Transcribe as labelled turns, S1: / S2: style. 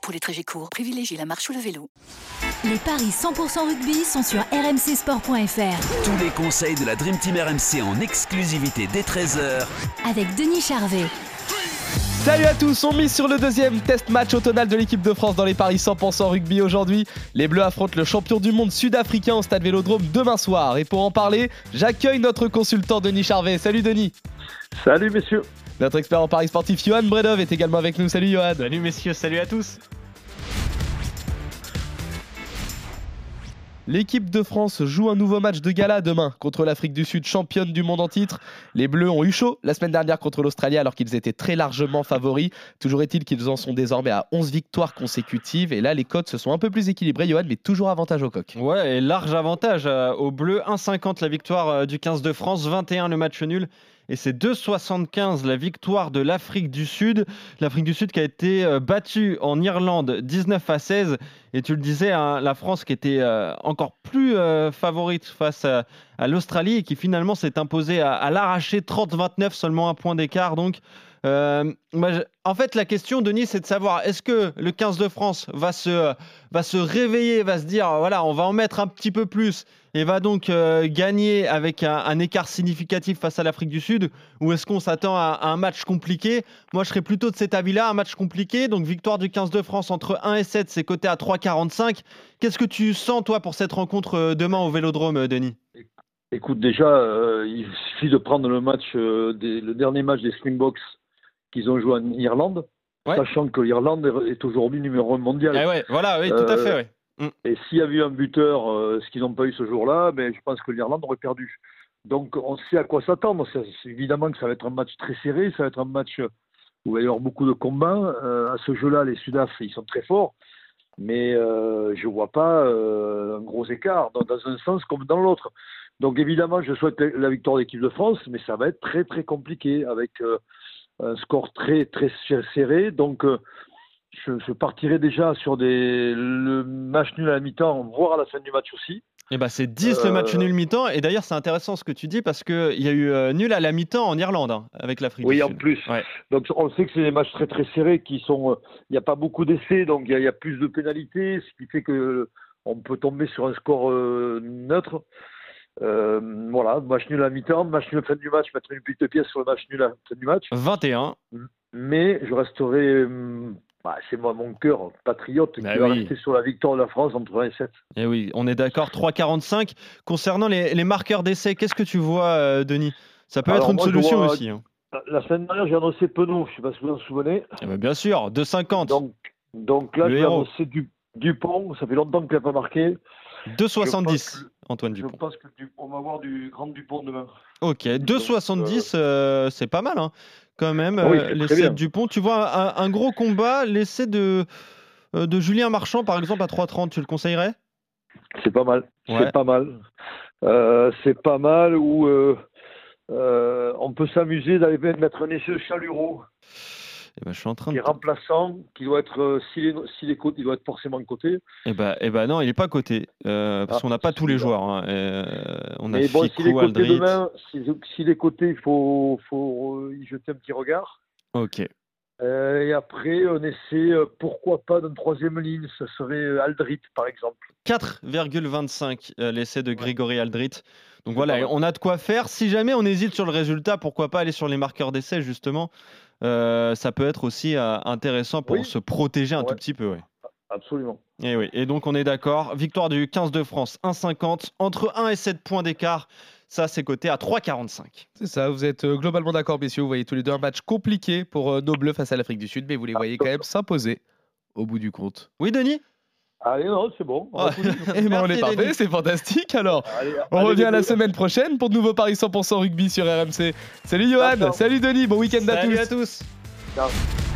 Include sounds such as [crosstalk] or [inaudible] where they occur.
S1: Pour les trajets courts, privilégiez la marche ou le vélo.
S2: Les paris 100% rugby sont sur rmcsport.fr
S3: Tous les conseils de la Dream Team RMC en exclusivité dès 13h
S2: avec Denis Charvet.
S4: Salut à tous, on mise sur le deuxième test match automnal de l'équipe de France dans les paris 100% rugby aujourd'hui. Les Bleus affrontent le champion du monde sud-africain au stade Vélodrome demain soir. Et pour en parler, j'accueille notre consultant Denis Charvet. Salut Denis
S5: Salut messieurs.
S4: Notre expert en paris sportif Johan Bredov est également avec nous. Salut Johan
S6: Salut messieurs, salut à tous.
S4: L'équipe de France joue un nouveau match de gala demain contre l'Afrique du Sud, championne du monde en titre. Les Bleus ont eu chaud la semaine dernière contre l'Australie alors qu'ils étaient très largement favoris. Toujours est-il qu'ils en sont désormais à 11 victoires consécutives et là les codes se sont un peu plus équilibrés, Johan, mais toujours avantage au coq.
S6: Ouais, et large avantage euh, aux Bleus. 1,50 la victoire euh, du 15 de France, 21 le match nul. Et c'est 2,75 la victoire de l'Afrique du Sud. L'Afrique du Sud qui a été euh, battue en Irlande 19 à 16. Et tu le disais, hein, la France qui était euh, encore plus euh, favorite face à, à l'Australie et qui finalement s'est imposée à, à l'arraché 30-29, seulement un point d'écart. Donc, euh, moi, je- en fait, la question, Denis, c'est de savoir est-ce que le 15 de France va se, euh, va se réveiller, va se dire voilà, on va en mettre un petit peu plus et va donc euh, gagner avec un, un écart significatif face à l'Afrique du Sud ou est-ce qu'on s'attend à, à un match compliqué Moi, je serais plutôt de cet avis-là, un match compliqué. Donc, victoire du 15 de France entre 1 et 7, c'est coté à 3,45. Qu'est-ce que tu sens, toi, pour cette rencontre euh, demain au vélodrome, euh, Denis
S5: Écoute, déjà, euh, il suffit de prendre le match, euh, des- le dernier match des Springboks qu'ils ont joué en Irlande,
S6: Ouais.
S5: sachant que l'Irlande est- est aujourd'hui numéro un mondial.
S6: Eh ouais, Voilà, oui, tout à
S5: Euh,
S6: fait. oui.
S5: Et s'il y avait eu un buteur, euh, ce qu'ils n'ont pas eu ce jour-là, ben, je pense que l'Irlande aurait perdu. Donc on sait à quoi s'attendre. C'est- c'est Évidemment que ça va être un match très serré, ça va être un match où il va y avoir beaucoup de combats. Euh, à ce jeu-là, les Sudaf, ils sont très forts, mais euh, je ne vois pas euh, un gros écart dans, dans un sens comme dans l'autre. Donc évidemment, je souhaite la la victoire de l'équipe de France, mais ça va être très très compliqué avec euh, un score très très serré. Donc euh, je, je partirai déjà sur des, le match nul à la mi-temps, voire à la fin du match aussi.
S6: Eh ben, c'est 10 le match
S5: Euh,
S6: nul mi-temps. Et d'ailleurs, c'est intéressant ce que tu dis parce qu'il y a eu euh, nul à la mi-temps en Irlande hein, avec l'Afrique
S5: Oui,
S6: du
S5: en
S6: Sud.
S5: plus.
S6: Ouais.
S5: Donc on sait que c'est des matchs très très serrés qui sont. euh, Il n'y a pas beaucoup d'essais, donc il y, a- il y a plus de pénalités, ce qui fait que euh, on peut tomber sur un score euh, neutre. Euh, voilà, match nul à la mi-temps, match nul à la fin du match, mettre une petite pièce sur le match nul à la fin du match.
S6: 21.
S5: mais je resterai, hum, bah, c'est moi mon cœur patriote
S6: Bah
S5: qui va
S6: oui.
S5: rester sur la victoire de la France entre 1 et 7.
S6: Et Eh oui, on est d'accord. 3,45. Concernant les, les marqueurs d'essai, qu'est-ce que tu vois, euh, Denis Ça peut être
S5: Alors,
S6: une
S5: moi, je
S6: solution
S5: vois- euh,
S6: aussi. hein.
S5: La- La semaine dernière, j'ai annoncé Penaud, je ne sais pas si vous vous en souvenez.
S6: Eh ben, bien sûr, 2,50,
S5: Donc, donc là,
S6: Le
S5: je vais
S6: héros.
S5: annoncer Du- Dupont, ça fait longtemps qu'il n'a pas marqué.
S6: 2,70. Antoine
S5: Je
S6: Dupont.
S5: pense qu'on va voir du grand Dupont demain.
S6: Ok,
S5: Donc,
S6: 2,70, euh, c'est pas mal hein, quand même.
S5: Ah oui,
S6: euh,
S5: c'est très
S6: l'essai de
S5: bien.
S6: Dupont, tu vois un, un gros combat, l'essai de, euh, de Julien Marchand par exemple à 3,30, tu le
S5: [laughs]
S6: conseillerais
S5: C'est pas mal.
S6: Ouais.
S5: C'est pas mal. Euh, c'est pas mal où euh, euh, on peut s'amuser d'aller mettre un essai de Chaluro,
S6: Eh ben, Je suis en train
S5: qui
S6: de.
S5: est remplaçant, qui doit être, euh, s'il est, s'il est côté, il doit être forcément côté.
S6: Eh ben, eh ben non, il n'est pas coté. euh, parce
S5: Ah,
S6: qu'on n'a pas tous les
S5: celui-là.
S6: joueurs. hein, euh, on a
S5: Mais bon, s'il est
S6: Ficou,
S5: côté
S6: Aldrit.
S5: demain, s'il s'il est côté, il faut, faut euh, y jeter un petit regard.
S6: Ok.
S5: Euh, et après, on essaie, euh, pourquoi pas, d'une troisième ligne, ce serait euh, Aldrit, par exemple.
S6: 4,25 euh, l'essai de Grégory Aldrit. Donc
S5: pas
S6: voilà,
S5: mal.
S6: on a de quoi faire. Si jamais on hésite sur le résultat, pourquoi pas aller sur les marqueurs d'essai justement Euh, Ça peut être aussi euh, intéressant pour
S5: Oui.
S6: se protéger un
S5: Ouais.
S6: tout petit peu. ouais.
S5: Absolument.
S6: Et, oui. et donc on est d'accord. Victoire du 15 de France, 1,50. Entre 1 et 7 points d'écart, ça c'est coté à 3,45.
S4: C'est ça, vous êtes euh, globalement d'accord messieurs, vous voyez tous les deux un match compliqué pour euh, nos bleus face à l'Afrique du Sud, mais vous les voyez quand même s'imposer au bout du
S6: [laughs]
S4: compte.
S6: Oui, Denis
S5: Allez, non, c'est bon. on va
S6: Ouais.
S5: couper.
S4: Et ben on
S6: Merci,
S4: est parfait,
S6: Denis.
S4: c'est fantastique alors
S5: Allez,
S4: On
S5: allez,
S4: revient à la
S5: les bleus.
S4: semaine prochaine pour de nouveaux paris 100% rugby sur RMC. Salut Johan,
S5: Ciao, ciao.
S4: salut Denis, bon week-end à
S6: Salut
S4: tous.
S6: à tous.